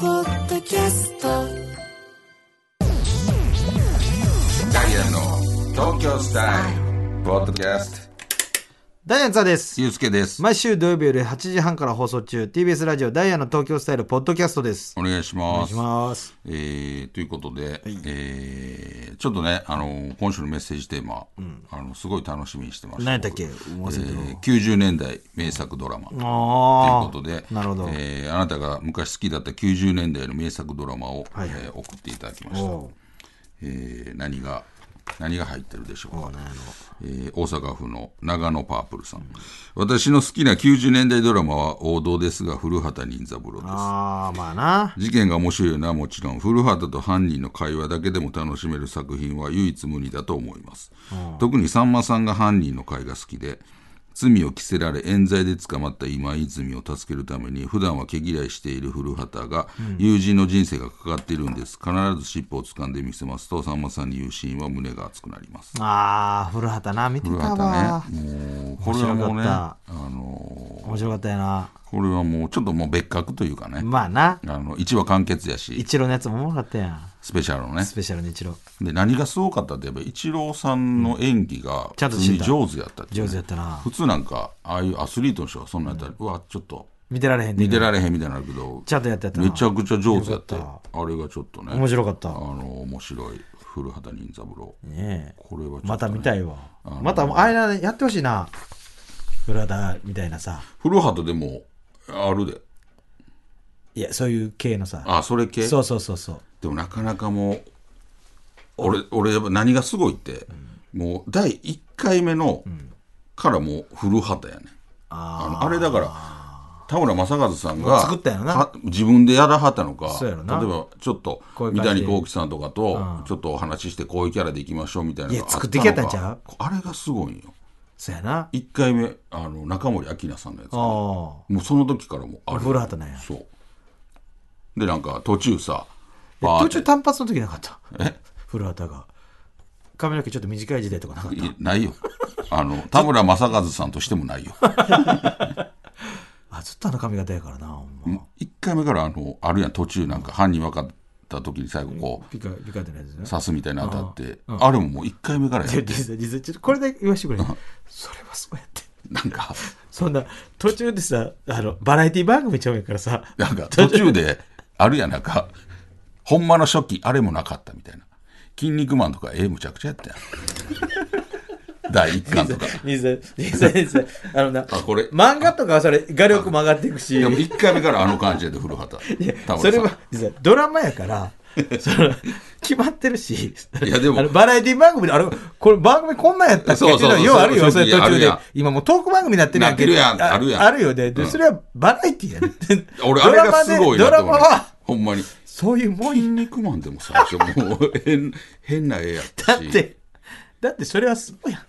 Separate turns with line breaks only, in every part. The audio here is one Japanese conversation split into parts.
ポッドキャスト
ダイアンの東京スタイルポッドキャスト
ダイアンツァです。
ゆうすけです、
毎週土曜日夜8時半から放送中、TBS ラジオダイヤの東京スタイルポッドキャストです。
お願いし
お願
ま
い
す
します。
えーということで、えーちょっとねあの今週のメッセージテーマ、あのすごい楽しみにしてました
何やったっけ
僕
忘れてる
えー90年代名作ドラマ
あー
ということで
なるほど
えーあなたが昔好きだった90年代の名作ドラマを、
はい
えー送っていただきました、
おう
えー何が何が入ってるでしょうか
おうなんやろ
えー大阪府の長野パープルさん、私の好きな90年代ドラマは王道ですが古畑任三郎です
あー、まあな。
事件が面白いのはもちろん古畑と犯人の会話だけでも楽しめる作品は唯一無二だと思います、特にさんまさんが犯人の会が好きで罪を着せられ冤罪で捕まった今泉を助けるために普段は毛嫌いしている古畑が友人の人生がかかっているんです必ず尻尾を掴んでみせますとさんまさんに言うシーンは胸が熱くなります
あー、古畑な、見てた
古畑
わ。
ね。もう、これはもう
面白
ね、
か
あの
面白かったよな。
ーこれはもう、ちょっともう別格というかね、
まあな。
あの、一話完結やし、
一郎のやつも面白かったやん。
スペシャルのね
ス。ペシャルの一郎。
で、何がすごかったって、やっぱり、イチローさんの演技が、
ちゃん
普
と
通
して
に
た
上手やったっていうね
上手やったな
普通なんか、ああいうアスリートの人がそんなんやったら、うわ、ちょっと、
見てられへんね
見
ん
てられへんみたいになるけど、
ちゃんとやってやったな
めちゃくちゃ上手やって、
よ
あ
か
れがちょっとね、
面白かった
あの、面白い、古畑任三郎。
ねえ
これはちょっとね
また見たいわ。また、あれな、やってほしいな。古畑みたいなさ。
古畑でも、あるで。
いや、そういう系のさ。
あ、それ系
そうそうそうそう。
でもなかなかもう俺俺やっぱ何がすごいって、もう第1回目のからもう古畑やねあのあれだから田村正和さんが
作ったんやろな
は自分でやらはったのか
そうやろな
例えばちょっと
こういう
三
感じ
谷幸喜さんとかとちょっとお話ししてこういうキャラでいきましょうみたいなのが
いや作ってきやったんちゃう
あれがすごいんよ
そうやな。
1回目あの中森明菜さんのやつかな
ああ。
もうその時からもうあれ
古畑なんや
そうでなんか途中さバー
途
って
中単発の時なかった。古畑が。髪の毛ちょっと短い時代とかなかっ
いやないよ。あの、田村正和さんとしてもないよ。
た。あ、ずっとあの髪型やからな、ほんま。
1回目から、あの、あるやん、途中なんか犯人分かった時に最後こ
ピカ、ピカってのやつね
う、。刺すみたいな当たって、あれももう1回目からや
いや
ん
実際実際ちょっとこれで言わせてくれ。それはそうやって。
なんか、
そんな、途中でさ、あの、バラエティ番組ちゃうやからさ。
なんか途中で、あるやん、なんか、ほんまの初期、あれもなかったみたいな。筋肉マンとか、ええ、むちゃくちゃやったやん。第1巻とか。
実際、実際、実際、あのな、
これ
漫画とかはそれ、画力も上がっていくし。
でも1回目からあの感じやで、古畑。田村さん
それは実はドラマやから その決まってるし
いやでも
あのバラエティ番組であれこれ番組こんなんやったっけ
そうそうそう
っていのはようあるよ
そ
そうれ
いう時
途中
あるや
で
ん
今もうトーク番組になってるやん
なっ
け
てるやんあるやん
あるよででそれはバラエティやね
俺、あれがすごいなと
ドラ
思
マ
う
でドラマは
ほんまに。
そういうもんや
筋肉マンでも最初もう変変な絵やった
だっ
し。
てだってそれはすごいやん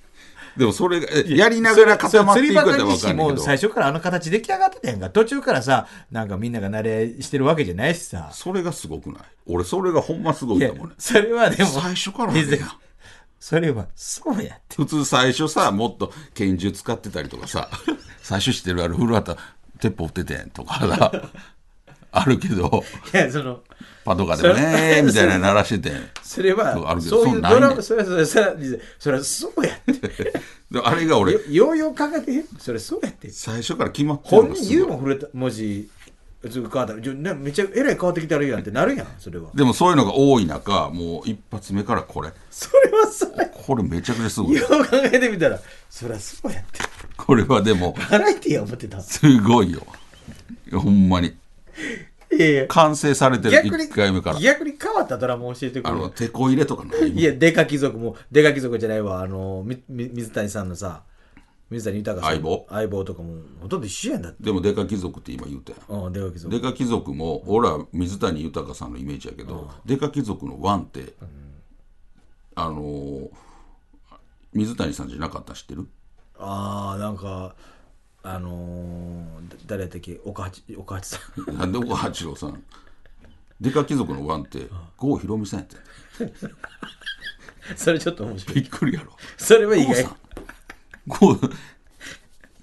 でもそれが、えやりながら固まっていくんだ
それそ
わかんない
れ釣りバカ
け
にし
ど
もう。最初からあの形出来上がってたやんか途中からさなんかみんなが慣れしてるわけじゃないしさ
それがすごくない俺それがほんますごい
い
と
や
思うね。
それはでも
最初からあれやん
実際それはそうやって
普通最初さ、もっと拳銃使ってたりとか さ、最初してるある古畑、鉄砲撃っててんとかさ、 あるけど、
いやその
パトカーでもね
それ
みたいなの鳴らしててん。
それ
そうあ
は
るけど
そうい
そううないね
ド
ん
ラマそれそれそれそれそれはそうやって
であれが俺、
よようよう考えてへんそれそうやって
最初から決まってるの
本
が
人
す
言う
ごい
もん触れた文字変わったじゃなめっちゃえらい変わってきたらいいやんってなるやんそれは
でもそういうのが多い中、もう一発目からこれ。
それはそうや
これめちゃくちゃすごい
よ。う考えてみたらそれはそうやって
これはでも、
バラエティーや思ってた
すごいよ。ほんまに。
いやいや
完成されてる
逆に
1回目から。
逆に変わったドラマ教えてく
あ
れ
の、
る
テコ入れとかない
いやデカ貴族もデカ貴族じゃないわあのみみ水谷さんのさ水谷豊さん
相棒
相棒とかもほとんど一緒やんだって
でもデカ貴族って今言うたやん
うん出川貴
デ
族
カ貴族も俺は水谷豊さんのイメージやけど、デカ貴族のワンって、あのー水谷さんじゃなかったん知ってる
ああなんかあのー、だ誰やったっけ岡八岡八さん
なんで岡八郎さんデカ貴族のワンって郷ひろみさんやってん
それちょっと面白い
びっくりやろ
それは意外
郷さん郷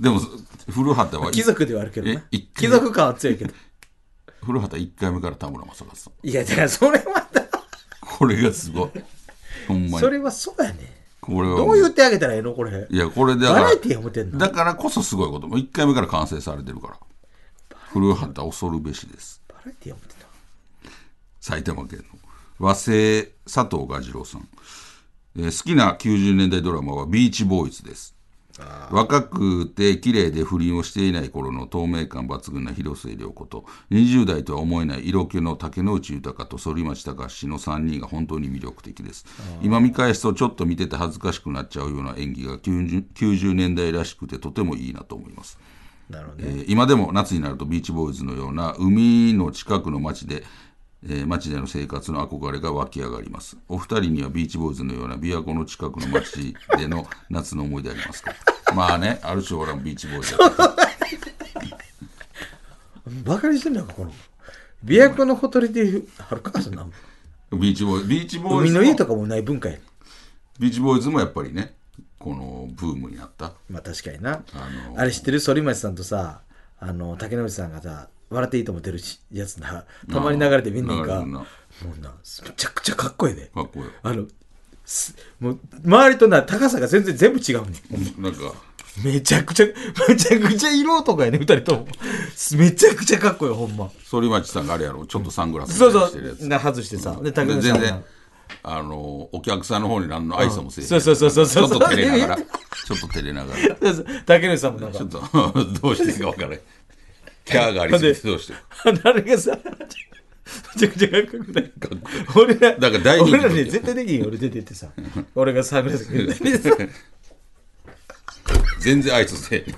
でも古畑は
貴族ではあるけどな
え一
貴族感は強いけど
古畑1回目から田村正和さん
いやだからそれは
これがす ごいほんまに
それはそうやね
これはも
どう言ってあげたらええのこれ
いや、これでだ
バ
か
ラエティーや
ら
思てんの
だからこそすごいことも、1回目から完成されてるから。古畑恐るべしです。
バラエティーや思てんの
埼玉県の和製佐藤蛾次郎さん、えー好きな90年代ドラマはビーチボーイズです若くて綺麗で不倫をしていない頃の透明感抜群な広末涼子と20代とは思えない色気の竹野内豊と反町隆史の3人が本当に魅力的です今見返すとちょっと見てて恥ずかしくなっちゃうような演技が 90, 90年代らしくてとてもいいなと思います
なるほど
え
ね
ー今でも夏になるとビーチボーイズのような海の近くの町で、えー町での生活の憧れが湧き上がりますお二人にはビーチボーイズのような琵琶湖の近くの町で の夏の思い出ありますかまあねある種俺もビーチボーイズだから
バカにしてんのかこの琵琶湖のほとりではるかそんなもん
ビーチボーイズビーチボーイ
海
ズ
の
も
家とかもない文化やね
ビーチボーイズもやっぱりねこのブームになった
まあ確かにな、
あ
あ
の
れ知ってる反町さんとさあの竹野内さんがさ「笑っていいと思ってるしやつなたまに流れてみんねん
流れ
か
てんな
もうなめちゃくちゃかっこいいで、
かっこいい
あのすもう周りとな高さが全然全部違うねん
なんか
めちゃくちゃめちゃくちゃ色男やね二人ともすめちゃくちゃかっこいいほんま
反町さんがあれやろちょっとサングラス
そうそ
してるやつ
うな外してさ、で竹
で
内
全
さん
然
が
あのお客さんの方に何の挨拶もせえへん
そうそうそうそう
ち
そ
ょ
う
っと照れながらちょっと照れながら
そうそう竹内さんもなんか
ちょっと どうしていいか分からない。キャーがありすぎてどうして。
あれがさ、めちゃくちゃかっこよくない。俺ら、
だから大人気
俺ら
の
ね、
時
絶対できんよ、俺出てってさ。俺がサングラスかけてさ。
全然挨拶せえへ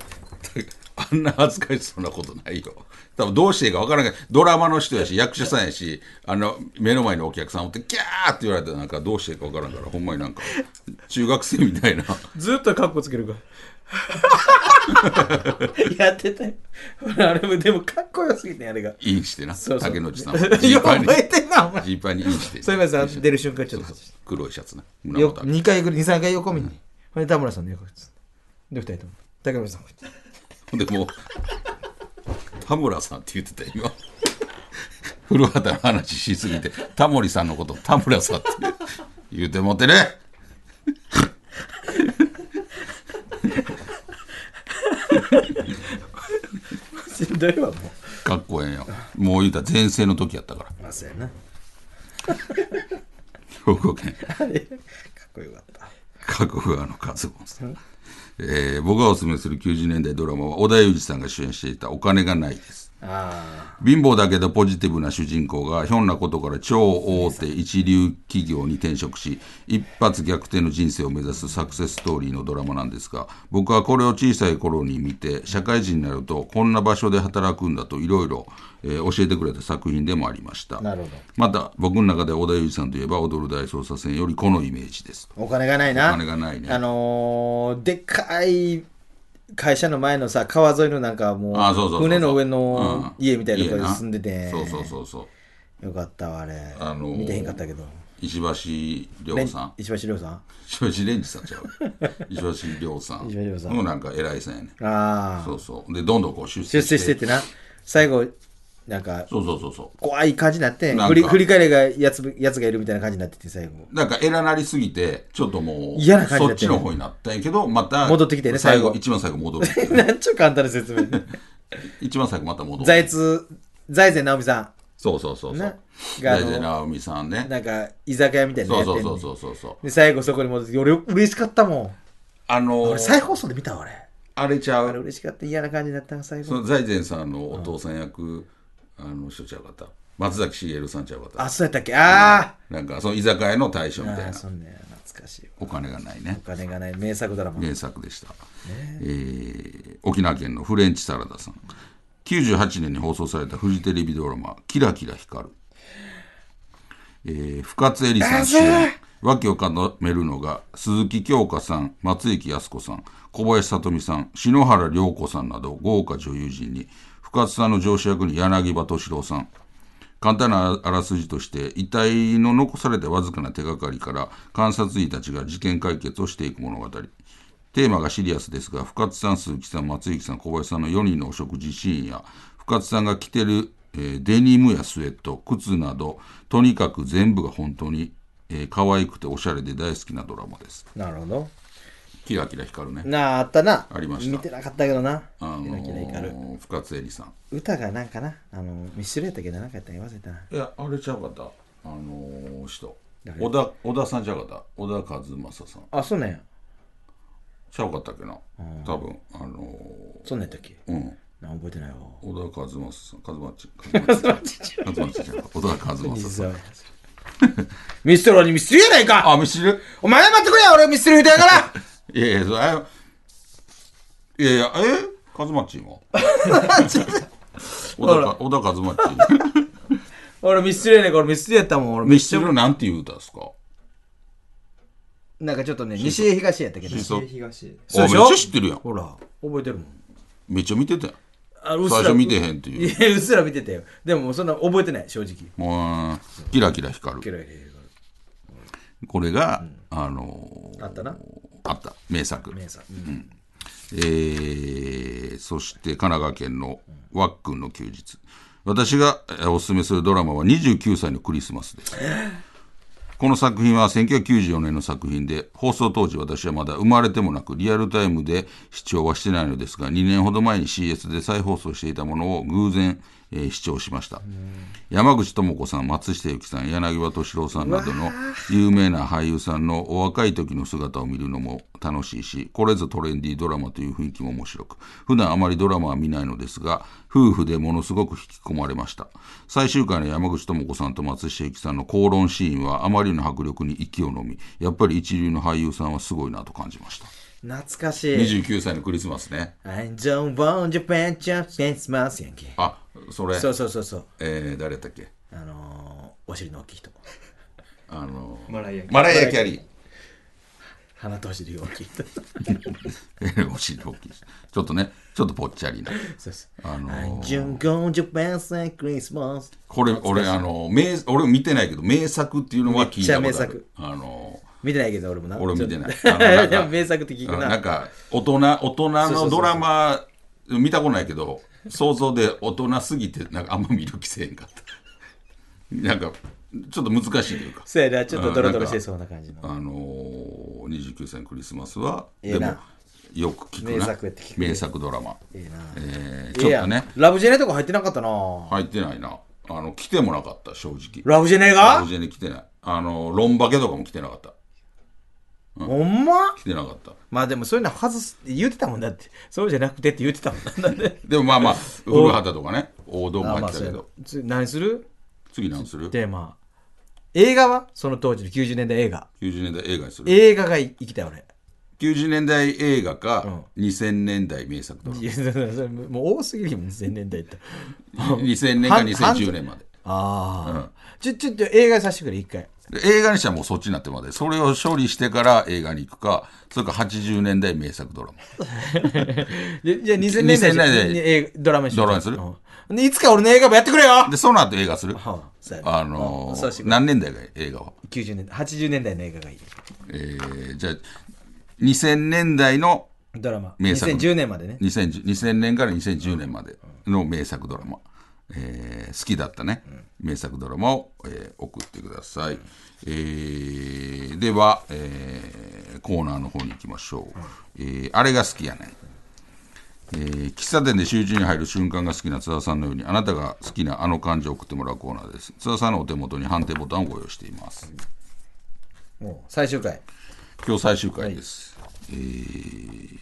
んあんな恥ずかしそうなことないよ。多分どうしていいか分からない。ドラマの人やし、役者さんやし、あの、目の前のお客さんおって、キャーって言われたらなんかどうしていいか分からんから、ほんまになんか、中学生みたいな。
ずっとカッコつけるから。やってたよ。俺あれも、でもかっこよすぎて、あれが。
インしてな。
そうそう
竹野内 さん
よ
も。ジーパンに
覚えてんなお前
ジーパンにインして。
そういえばさ、出る瞬間ちょっと外して。
黒いシャツな。胸
よ
元開け
2回ぐらい、2、3回横見に。ほんで、田村さんの横に。で、2人とも。竹村さんも。
でもう田村さんって言ってたよ今古畑の話しすぎてタモリさんのこと田村さんって言うてもってね
しんどいわ、もう。
かっこええよもう言うたら前世の時やったから
まあ、そうやな。か
兵庫県
っこよかった。
各不安のカズボンさん、えー僕がおすすめする90年代ドラマは織田裕二さんが主演していた「お金がない」です
あ
貧乏だけどポジティブな主人公がひょんなことから超大手一流企業に転職し一発逆転の人生を目指すサクセスストーリーのドラマなんですが僕はこれを小さい頃に見て社会人になるとこんな場所で働くんだといろいろえー教えてくれた作品でもありました
なるほど
また僕の中で小田裕二さんといえば「踊る大捜査線」よりこのイメージです
お金がないな。
お金がないね
あのーでっかい会社の前のさ、川沿いのなんかもう、
あーそうそうそうそう
船の上の
うん
家みたいなところに住んでて、
家なそうそうそうそう
よかったわ、あれ。
あのー
見てへんかったけど。
石橋亮さん
レン石橋亮さん
石橋レンジさんちゃ う石橋亮さん
石橋亮さん
のなんか偉いさんやね
ああ
そ、うそうでどんどんこう出世
出世してってな。最後、なんか、
そうそうそうそう
怖い感じになってん、
なんか
振り振り返りがやつやつがいるみたいな感じになってて、最後。
なんか偉なりすぎてちょっともう
嫌な感
そっ
じになって
ち
る
の方になったんやけどまた
戻ってきてね
最
最
後
後
一番最後戻る
なんちゅう簡単な説明。
一番最後また戻
財
る
津、財前直美さ
そうそうそうそう
ねがあ
財
の
前直美さんね
ん、なんか、居酒屋みたいなの
そう
やってん
そ
ね
うんそうそうそうそう
で、最後そこに戻って、俺、嬉しかったもん。
あの
俺、再放送で見たわ、俺。
あれちゃ
あれ
う
嬉しかった嫌な感じだったの最
そ
後
の財前さんのお父さん役あの人ちゃうかった松崎しげるさんちゃうかった
あそうやったっけあ
なんかその居酒屋の大将みたい
ーあ
な
そんなんやな懐かしいわ
お金がないね
お金がない名作ドラマ、
名作でした、えー沖縄県のフレンチサラダさん98年に放送されたフジテレビドラマ「キラキラ光る」えー深津絵里さん主演脇を固めるのが鈴木京香さん松雪泰子さん小林聡美さん篠原涼子さんなど豪華女優陣に深津さんの上司役に柳葉敏郎さん簡単なあらすじとして遺体の残されたわずかな手がかりから観察医たちが事件解決をしていく物語テーマがシリアスですが深津さん鈴木さん松井さん小林さんの4人のお食事シーンや深津さんが着てる、えーデニムやスウェット靴などとにかく全部が本当に、えー可愛くておしゃれで大好きなドラマです
なるほど
キラキラ光るね、
なああったな
ありました
見てなかったけどな
あの
キラキラ光る
ー、深津絵里さん
歌がなんかなあのミスチルやったっけどなんかやったっけ忘れたない
や、あれちゃうかった。あのー人。小田、小田さんちゃうかった。小田和正さん。
あそうなんや
ちゃうかったっけな。多分、あの
そんなんやったっけ
ーうん。
なん覚えてないわ
小田和正さん。和正。和正 ちゃう。和正ちゃう。小田和正さん。
ミスチルはミスチルやないか
あ、見知る
お前待ってくれよ俺ミスチル言うてやから
い やいや、それ、あいやいや、え和正は小田か小田和正。
俺ミスチルやねんからミスチルやったもん俺
ミスチルなんていう歌ですか
なんかちょっとね西へ東へやったけど
シソ。あ
東
め
う
っ
でし
ち
ょ
ゃ知ってるやん。
ほら覚えてるもん
めっちゃ見てたやん。
あうっすら
最初見てへんっていう。
いやうっすら見てたよでももうそんな覚えてない正直
もう、キラキラ光る。これが、あのー
あったな
あった名作
姉さん
えーそして神奈川県のワックンの休日私がえーおすすめするドラマは29歳のクリスマスですこの作品は1994年の作品で放送当時私はまだ生まれてもなくリアルタイムで視聴はしてないのですが2年ほど前に CS で再放送していたものを偶然、えー視聴しました山口智子さん松下由紀さん柳葉敏郎さんなどの有名な俳優さんのお若い時の姿を見るのも楽しいしこれぞトレンディードラマという雰囲気も面白く普段あまりドラマは見ないのですが夫婦でものすごく引き込まれました最終回の山口智子さんと松下由紀さんの口論シーンはあまりの迫力に息を飲みやっぱり一流の俳優さんはすごいなと感じました
懐かしい
29歳のクリスマスね
I don't want your pants just dance ますやんけ
あそれ
そうそうそうそう
えー誰やったっけ
あのー、お尻の大きい人
あの
マライア
マライア・キャリー
鼻とお尻が大きい人
お尻大きいしちょっとねちょっとぽっちゃりな
そうそう
あのー
I don't want your pants and Christmas
これ俺あの名俺見てないけど名作っていうのは聞いたこ
めっち
と
ゃ
あ
名作
るあの
見てないけど俺もな
俺見てない
ちょっと
あのなんか
でも名作って聞くな
なんか大人大人のドラマ見たことないけど想像で大人すぎてなんかあんま見る気せえへんかった なんかちょっと難しいというか
そうやなちょっとドロドロしてそうな感じの
あのー、29歳のクリスマスは
ええな
でもよく聞くな
名作やって聞く
名作ドラマ
いいな
えー
い
ちょっ
や
とね
ラブジェネとか入ってなかったな、
入ってないなあの来てもなかった正直
ラブジェネが
当時に来てないあのロンバケとかも来てなかった
ほんま
来てなかった
まあでもそういうのは外すって言ってたもんだってそうじゃなくてって言ってたもんなんだって
でもま あまあ古畑とかね王道も入
ま
っ
あ
てた
そう
け
や
ど
なつ何する
次何する
テーマ映画はその当時の90年代映画
90年代映画にする
映画がい行きたい俺
90年代映画か2000年代名作ドラ
いやそれそれもう多すぎるよ2000年代って
マ2000年から2010年まで
ああ、ちょちょちょ映画させてくれ一 回
で映画にしたらもうそっちになってまでそれを処理してから映画に行くかそれか80年代名作ドラマ
でじゃあ2000年代
2000年代
に映画ドラマにしよう
ドラマにする
うんでいつか俺の映画もやってくれよ
でその後映画する
はあそうやな
あの
うん
ー
そうしてくれ
何年代が映画は
90年代80年代の映画がいい
えーじゃあ2000年代の
ドラマ
名作
2010年までね
2010, 2000年から2010年までの名作ドラマ、えー好きだったね、名作ドラマを、えー送ってください、えーでは、えーコーナーの方に行きましょう、えーあれが好きやねんえー喫茶店で集中に入る瞬間が好きな津田さんのようにあなたが好きなあの漢字を送ってもらうコーナーです津田さんのお手元に判定ボタンをご用意しています
もう最終回
今日最終回です、えー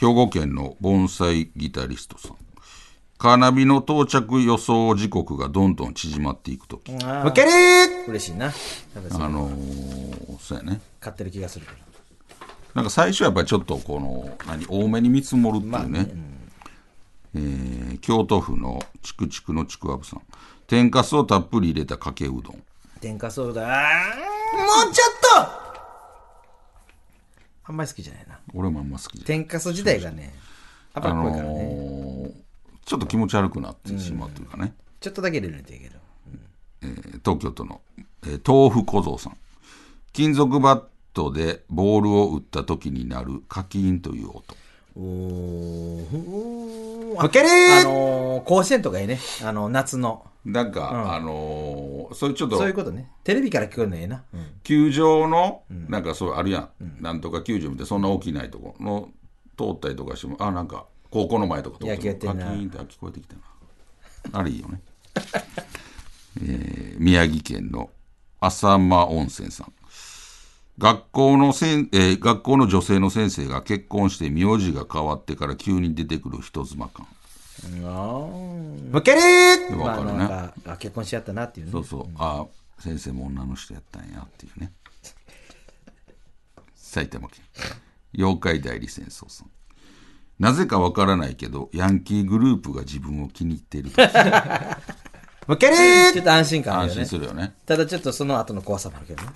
兵庫県の盆栽ギタリストさんカーナビの到着予想時刻がどんどん縮まっていくとき、
負ける嬉しいな。なんかそう
あのーそうやね
買ってる気がするけど。
なんか最初はやっぱりちょっとこの何多めに見積もるっていうね、えー京都府のチクチクのちくわぶさん天かすをたっぷり入れたかけうどん
天下ソーダ。あーもうちょっとあんまり好きじゃないな。
俺もあんま好きじゃない
天下ソ自体がね、あっぱ
あ
っこい
の
いからね。
ーちょっと気持ち悪くなってしまうというかね、
ちょっとだけ入れるといいけど。
東京都の、えー豆腐小僧さん金属バットでボールを打った時に鳴るカキーンという音
お
負ける
あのー、甲子園とかいいね。あの、夏の。
なんか、あのーそういうちょっと
そういうことね。テレビから聞こえるのええな。うん
球場の、なんかそうあるやん、なんとか球場みたいなそんな大きいないとこの通ったりとかしてもあなんか高校の前とか通
野球やって
カ
ん
キ
な
ーンってあ聞こえてきたなあれいいよね、 えー宮城県の浅間温泉さん学校のせん、えー学校の女性の先生が結婚して名字が変わってから急に出てくる人妻感
負けるー
わ
ま
か
あ
るね
なんか、あ結婚しちゃったなっていうね
そうそう、あ先生も女の人やったんやっていうね埼玉県妖怪代理戦争さんなぜかわからないけどヤンキーグループが自分を気に入 っていると
負けるーちょっと安心感あ
安
る
心
よね。
するよね
ただちょっとその後の怖さもあるけどね。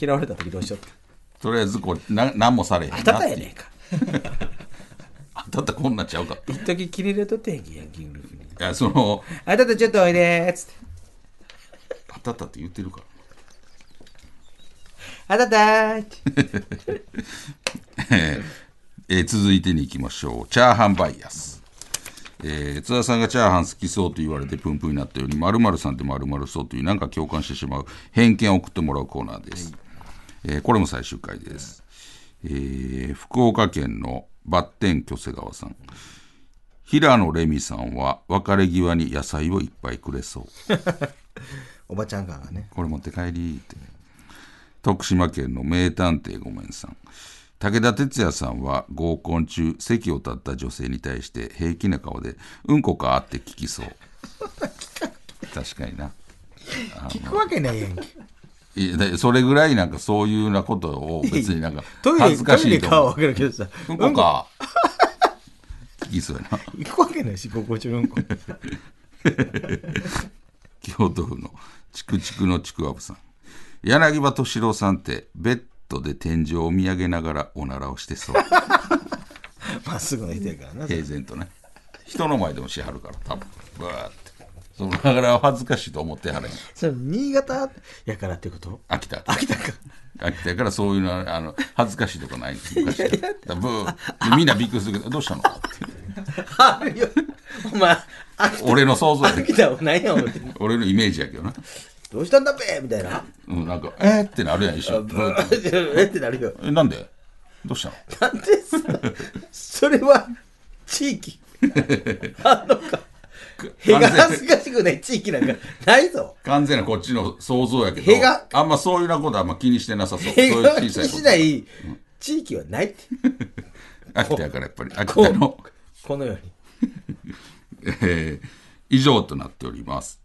嫌われた時どうしようって。
とりあえずこうな何もされへんな
あたた
っ
や
ていう
ねえか。
あたったこんなんちゃうかったい
一時気に入れとってへんけ、ヤンキーグループに。
やその
あたたちょっとおいでーっつって。
あたったって言ってるから
あたたーい
えー続いてに行きましょう。チャーハンバイアス。えー津田さんがチャーハン好きそうと言われてプンプンになったように、〇〇さんって〇〇そうというなんか共感してしまう偏見を送ってもらうコーナーです。えーこれも最終回です。えー福岡県のバッテン巨瀬川さん。平野レミさんは別れ際に野菜をいっぱいくれそう。
おばちゃん感がね。
これ持って帰りって徳島県の名探偵ごめんさん武田鉄矢さんは合コン中席を立った女性に対して平気な顔で「うんこか?」って聞き そう確かにな
聞くわけないやんけ。
いやでそれぐらいなんかそういうようなことを別になんか
トイレ、
恥ず
ト
か
イ
し
レ
いと
顔
思
わ
う
かるけどさ。
「うんこか?」聞きそうやな
行くわけないし、高校中のう んこ。
京都府のチクチクのちくわぶさん柳葉敏郎さんってベッドで天井を見上げながらおならをしてそう
まっすぐの人やからな。
平然とね人の前でもしはるから多分ブワーってそのながらは恥ずかしいと思ってはれん
それ、新潟やからってこと
秋田秋田か秋田やからそういうのはあの恥ずかしいとかないんです昔はだからブーでみんなびっくりするけどどうしたのって
あるよ。お前、秋
俺の想像や
田を何や思ってんの
俺のイメージやけどな、
どうしたんだべみたいな。
うん、なんかえー、ってなるやん一瞬ブーって
えってなるよ。
えなんでどうしたの
なんでさ、それは、地域。あんのか。へが 恥ずかしくない地域なんかないぞ。
完全なこっちの想像やけど
屁が
あんまそういうなことあんま気にしてなさそうそう
へ
いう
が
小
恥
さ
ず
い
か
こ
し
と
ない地域はないって。
秋田やからやっぱり秋
こ
田
う
の
このように。
えー 以上となっております。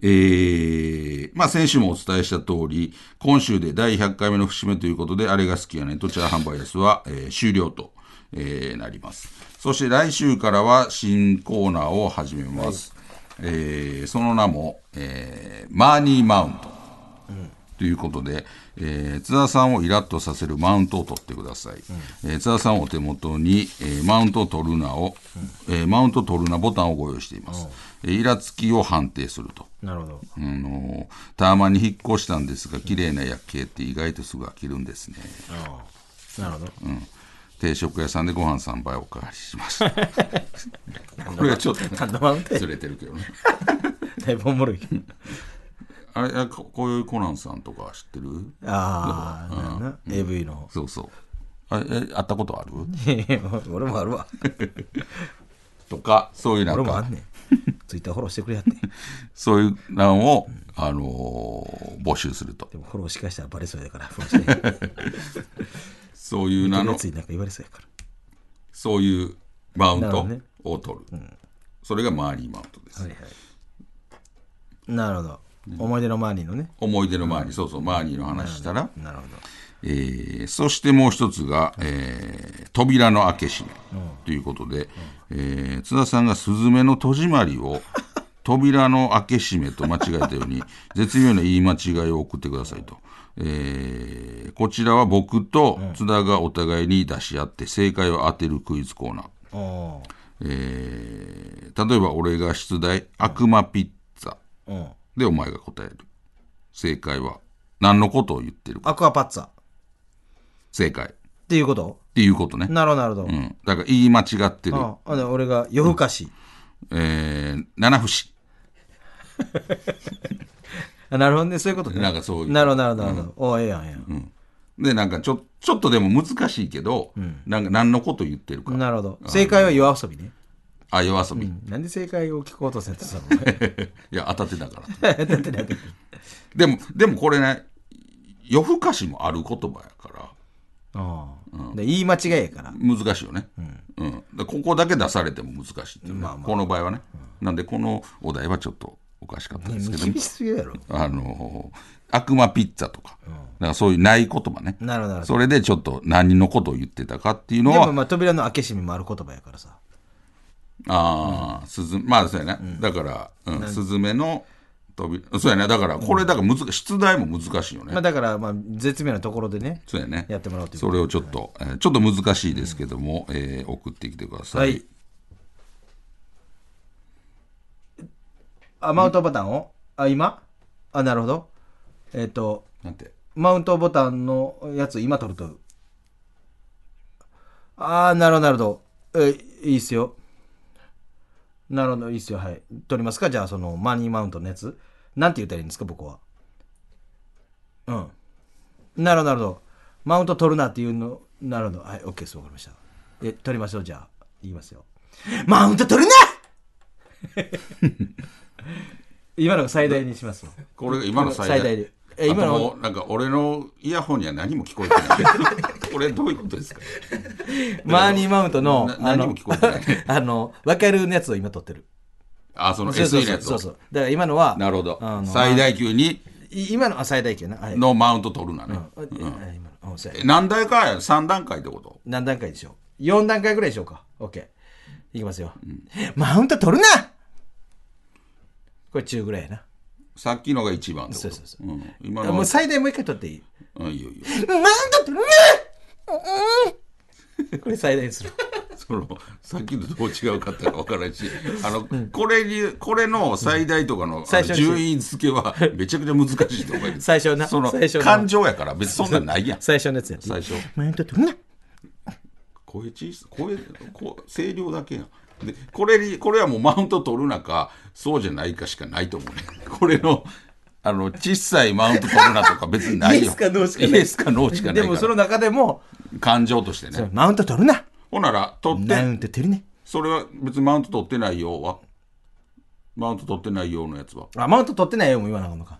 えーまあ先週もお伝えした通り、今週で第100回目の節目ということで、あれが好きやねんとチャーハンバイアスは、えー終了と、えーなります。そして来週からは新コーナーを始めます。えーその名も、えーマーニーマウント。ということで、えー津田さんをイラッとさせるマウントを取ってください、えー津田さんをお手元に、えーマウントを取るなを、えーマウントを取るなボタンをご用意しています、えーイラつきを判定すると
なるほど。
あのータワマンに引っ越したんですが綺麗な夜景って意外とすぐ飽きるんですね
なるほど。
定食屋さんでご飯3杯おかわりし ましたこれはちょっとね
何のマウントや
ずれてるけどね
だいぶおもろい。
あれあここういうコナンさんとか知ってる
ああ、なんやな AV の。
そうそうあえ会ったことある
いや俺もあるわ。
とかそういうなん
俺もあ
か
んねん。ツイッターフォローしてくれやって。
そういう欄を、あのー募集すると
で。もフォローし返したらバレそうやから、フォローして。
そういう名
あの
の、
ついなんか言われそうやから。
そういうマウン
なるほ
ト
どね
を取る。それがマーリーマウントです、
はいはいなるほど思い出のマーニーのね
思い出のマーリーそうそうマーリーの話したら、
なるほ
えーそしてもう一つが、えー扉の開け閉めということで、えー津田さんが「スズメの戸締まり」を扉の開け閉めと間違えたように絶妙な言い間違いを送ってくださいと、えーこちらは僕と津田がお互いに出し合って正解を当てるクイズコーナー、
どおー
えー例えば俺が出題「悪魔ピッツァ
うん」
でお前が答える正解は何のことを言ってるか
アクアパッツァっ
正解って
いうこと
ていうことね
なるほどなるほど、
うん、だから言い間違ってる、
ああで俺が夜更かし、
えー、七節
あなるほどねそういうことね
なんかそういう
なるほどなるほどなるほど、おーええやんええやん、
でなんかちょちょっとでも難しいけど、なんか何のこと言ってるか
なるほど正解は夜遊びね、
あ夜遊び、 い
なんで正解を聞こうとせんとさ
や当たってたから でもでもこれね夜更かしもある言葉やから
ああで言い間違いやから
難しいよね、うんだからここだけ出されても難しいっていうねこの場合はね、なんでこのお題はちょっとおかしかったですけども
厳しすぎるやろ
あの悪魔ピッツァとか,、なんかそういうない言葉ね
なるほどなるほ
それでちょっと何のことを言ってたかっていうの
どでも
は
まあ扉の開け閉めもある言葉やからさ
ああ、すず、まあそうやね。だから、うん、すずめの飛び、そうやね。だから、これ、だから難し、出題も難しいよね。
まあだからまあ絶妙なところでね
そうやね。
やってもらおうという
それをちょっと、えーちょっと難しいですけども、えー送ってきてください。
はいあマウントボタンをあ今あなるほどえっ、と
なんて。
マウントボタンのやつ今取るとああなるほどなるほどえいいっすよなるほどいいっすよはい取りますかじゃあそのマニーマウントのやつなんて言ったらいいんですか僕はうんなるほどなるほどマウント取るなっていうのなるほどはい OK ですわかりましたえ取りましょうじゃあ言いますよマウント取るな 今のが最大にしますよ
これが今の最大。
最大でえ今
今
の
のなんか俺のイヤホンには何も聞こえて ない。これどういうことですか
マーニーマウントの
な、
あ
何
の
も聞こえてない、
あの、わかるのやつを今撮ってる。
あ、その
そうそ
SE
う
の
そ
や
う
つ
そ
を
う。そう。だから今のは、
なるほど
あ。の
最大級に
い今のは最大級な。はい。
のマウント取るなね。
あえ今のうんそうや
え何段階や ?3 段階ってこと
何段階でしょう ?4 段階ぐらいでしょうか。OK。いきますよ。マウント取るなこれ中ぐらいやな。
さっきのが1番ってこと
そうそうそう
うん今の
も
は
う最大もう一回撮ってい い
うん、いいよいいよ。
マウント取る なこれ最大にする。
その、さっきのどう違うかってのは分からんし、あ の、これに、これの最大とかの、あ
最
の
初に
順位付けは、めちゃくちゃ難しいと思います。
最初な
その
最初、な
感情やから、別にそんなんないやん。
最初のやつやっていい
最初。
マウント取るな
声小さ、声、こう声量だけやん。で、これに、これはもうマウント取るなか、そうじゃないかしかないと思うね。 これの、あの、小さいマウント取るなとか別にないよ。
イエスかノーしかない
イエスかノーしかないか
で
ら。
もその中でも、
感情としてね。
マウント取るな
ほんなら、取って
マ、ウント取るね
それは別にマウント取ってないよはマウント取ってないよのやつは
あ、マウント取ってないよも言わなあかんのか。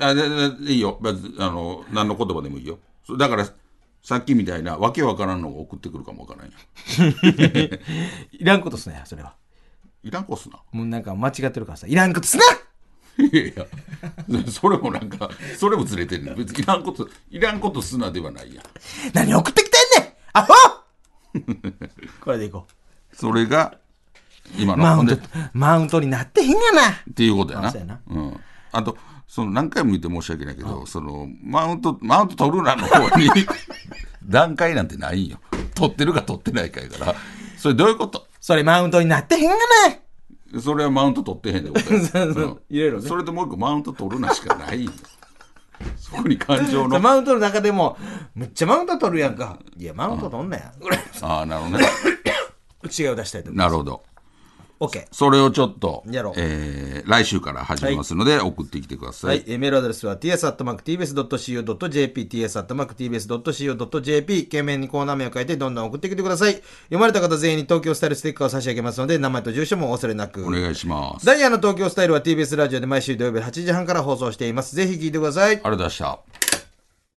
あででいいよ別にあの何の言葉でもいいよそだからさっきみたいなわけわからんのが送ってくるかもわからんよ
いらんことすなよ、それは。
いらんこっすな
もうなんか間違ってるからさ、いらんことすない
やいやそれもなんかそれもずれてるね別にいらんこといらんことすなではないやん
何送ってきてんねんアホ これでいこ
それが今
う。
の
マウン
ほ
ト
んで、
マウントになってへんがな
っていうことやな。。
あそうやなん
あと、その何回も言って申し訳ないけど、その、マウント、マウント取るなの方に、 段階なんてないんよ。取ってるか取ってないかやから。それどういうこと
それマウントになってへんが
それはマウント取ってへんってことや
そうそういろいろね
それともう一個マウント取るなしかないんよ。そこに感情
な
の。
マウントの中でも、むっちゃマウント取るやんか。いや、マウント取んなや。
ああ、なるほどね。
違う出したいと思う。
なるほど。
オッケ
それをちょっと、
やろう
えー来週から始めますので、送ってきてくだ
ー。
さ。
はいい、えーメールアドレスは ts.tbs.co.jp、ts.tbs.co.jp、懸命にコーナー名を書いてどんどん送ってきてください。読まれた方全員に東京スタイルステッカーを差し上げますので、名前と住所もお忘れなく。
お願いします。あ
ダイヤの東京スタイルは TBS ラジオで毎週土曜日8時半から放送しています。ぜひ聞いてくださ
り
い。
がとうございました。